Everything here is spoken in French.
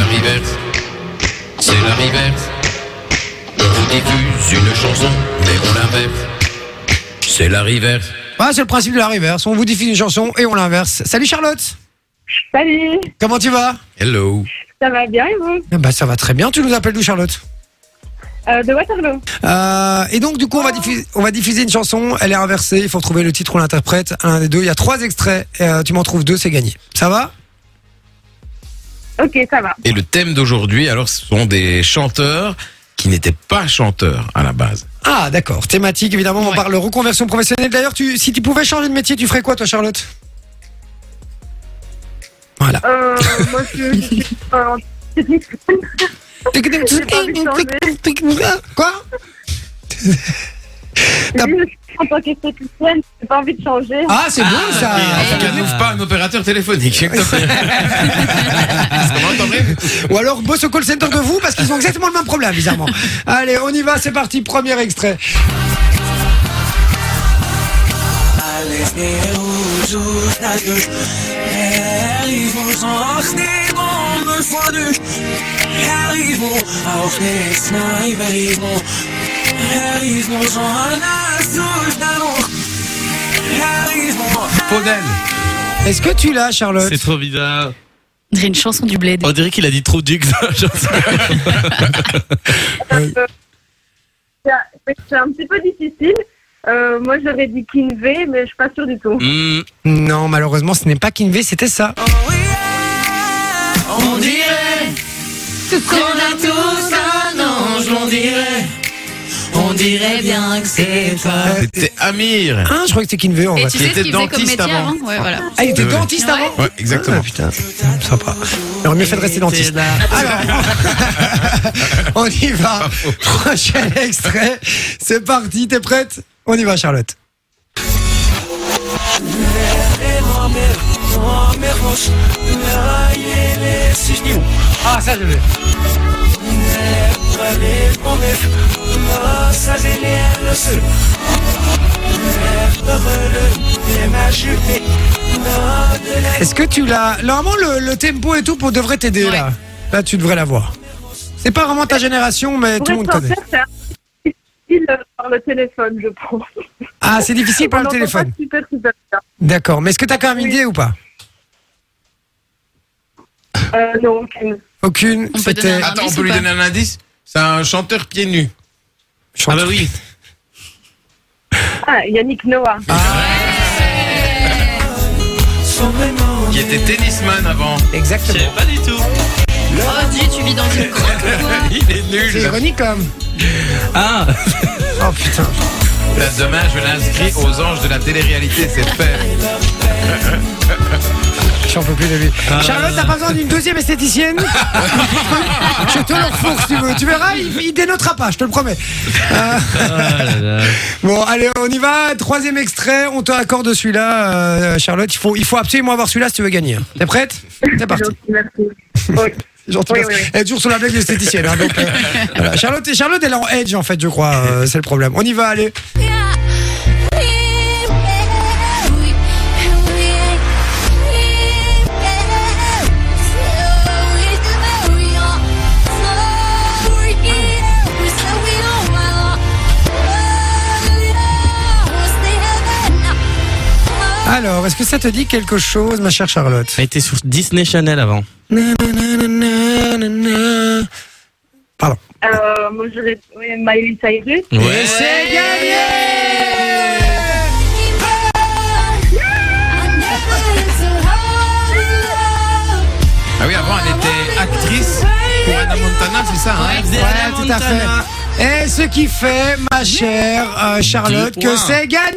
reverse. C'est la reverse. On vous diffuse une chanson, mais on l'inverse. C'est la reverse. Voilà, Ah, c'est le principe de la reverse. On vous diffuse une chanson et on l'inverse. Salut Charlotte Salut, Comment tu vas Hello. ça va bien et vous Eh ben, ça va très bien, tu nous appelles d'où Charlotte Euh, De Waterloo Euh, Et donc du Ah. coup on va, diffuser, on va diffuser une chanson, elle est inversée, il faut retrouver le titre ou l'interprète, un des deux, il y a trois extraits, euh, tu m'en trouves deux, c'est gagné. Ça va Ok, ça va. Et le thème d'aujourd'hui, alors, ce sont des chanteurs qui n'étaient pas chanteurs à la base. Ah d'accord, thématique évidemment, on parle reconversion professionnelle. D'ailleurs, tu, si tu pouvais changer de métier, tu ferais quoi toi Charlotte Voilà. Euh, moi, je je suis euh, en technique. Ah, J'ai pas envie de changer. Quoi Je suis En tant qu'esthéticienne, j'ai pas envie de changer. Ah c'est bon ça En tout cas, n'ouvre pas un opérateur téléphonique. Comment t'en Ou alors bosse au call center de vous parce qu'ils ont exactement le même problème, bizarrement. Allez, on y va, c'est parti, premier extrait. Alesnél húzót rájuk, elhívom szaknékom, bőfadők, elhívom, ahok néz nájverhívom, elhívom szarnász, gyújtálok, elhívom, Est-ce que tu l'as, Charlotte C'est trop bizarre. On dirait une chanson du bled. On dirait qu'il a dit trop duc. C'est un- C'est un petit peu difficile. Euh, moi, j'aurais dit Kinvey, mais je suis pas sûre du Mm, tout. Mmh. Non, malheureusement, ce n'est pas Kinvey, c'était ça. oh yeah, on dirait qu'on a tous un ange, on dirait, on dirait bien que c'est toi. C'était Amir. Hein, je crois que c'était Kinvey en Et vrai. tu Il sais était ce qu'il faisait comme dentiste métier avant. avant, Ouais, voilà. Ah, il était Ouais. dentiste avant Ouais, exactement. Ah, putain, sympa. Il aurait mieux fait de rester dentiste. Alors, on y va. Prochain extrait. C'est parti, t'es prête On y va, Charlotte. Ah, ça, je l'ai. Est-ce que tu l'as Normalement, le, le tempo et tout pour devrait t'aider Ouais. là. Là, tu devrais l'avoir. C'est pas vraiment ta génération, mais tout Pour le être monde connaît. sincère, c'est un peu difficile euh, par le téléphone, je pense. Ah, c'est difficile par On le l'entend téléphone. pas super, super bien. D'accord. Mais est-ce que t'as quand même une idée ou pas Euh, non, aucune. Aucune. On peut C'était. donner un- Attends, on indice peut ou lui pas donner un indice C'est un chanteur pieds nus. bah Chante. oui. Ah, Yannick Noah. Qui était tennisman avant. Je Exactement. savais Eh, pas du tout. Oh Dieu, tu vis dans une Il est C'est nul. ironique quand même. Ah, Oh putain. Là, demain, je l'inscris aux anges de la télé-réalité, c'est fait. J'en peux plus de lui. Charlotte, t'as pas besoin d'une deuxième esthéticienne Je te le refourse si tu veux. Tu verras, il, il dénotera pas, je te le promets. Euh, Bon, allez, on y va. Troisième extrait. On te accorde celui-là, euh, Charlotte. Il faut, il faut absolument avoir celui-là si tu veux gagner. T'es prête C'est parti. Donc, merci. Oui. Gentil, Oui, parce oui, oui. Elle est toujours sur la blague de l'esthéticienne. hein, donc, euh, voilà. Charlotte, Charlotte, elle est en edge, en fait, je crois. euh, c'est le problème. On y va, allez. Alors, est-ce que ça te dit quelque chose, ma chère Charlotte Elle était sur Disney Channel avant. Pardon. Euh, moi, j'aurais oui, Miley Cyrus. Et c'est gagné Ah oui, avant, elle était actrice pour Anna Montana, c'est ça, hein Voilà, tout à fait. Et ce qui fait, ma chère euh, Charlotte, Dix que points. c'est gagné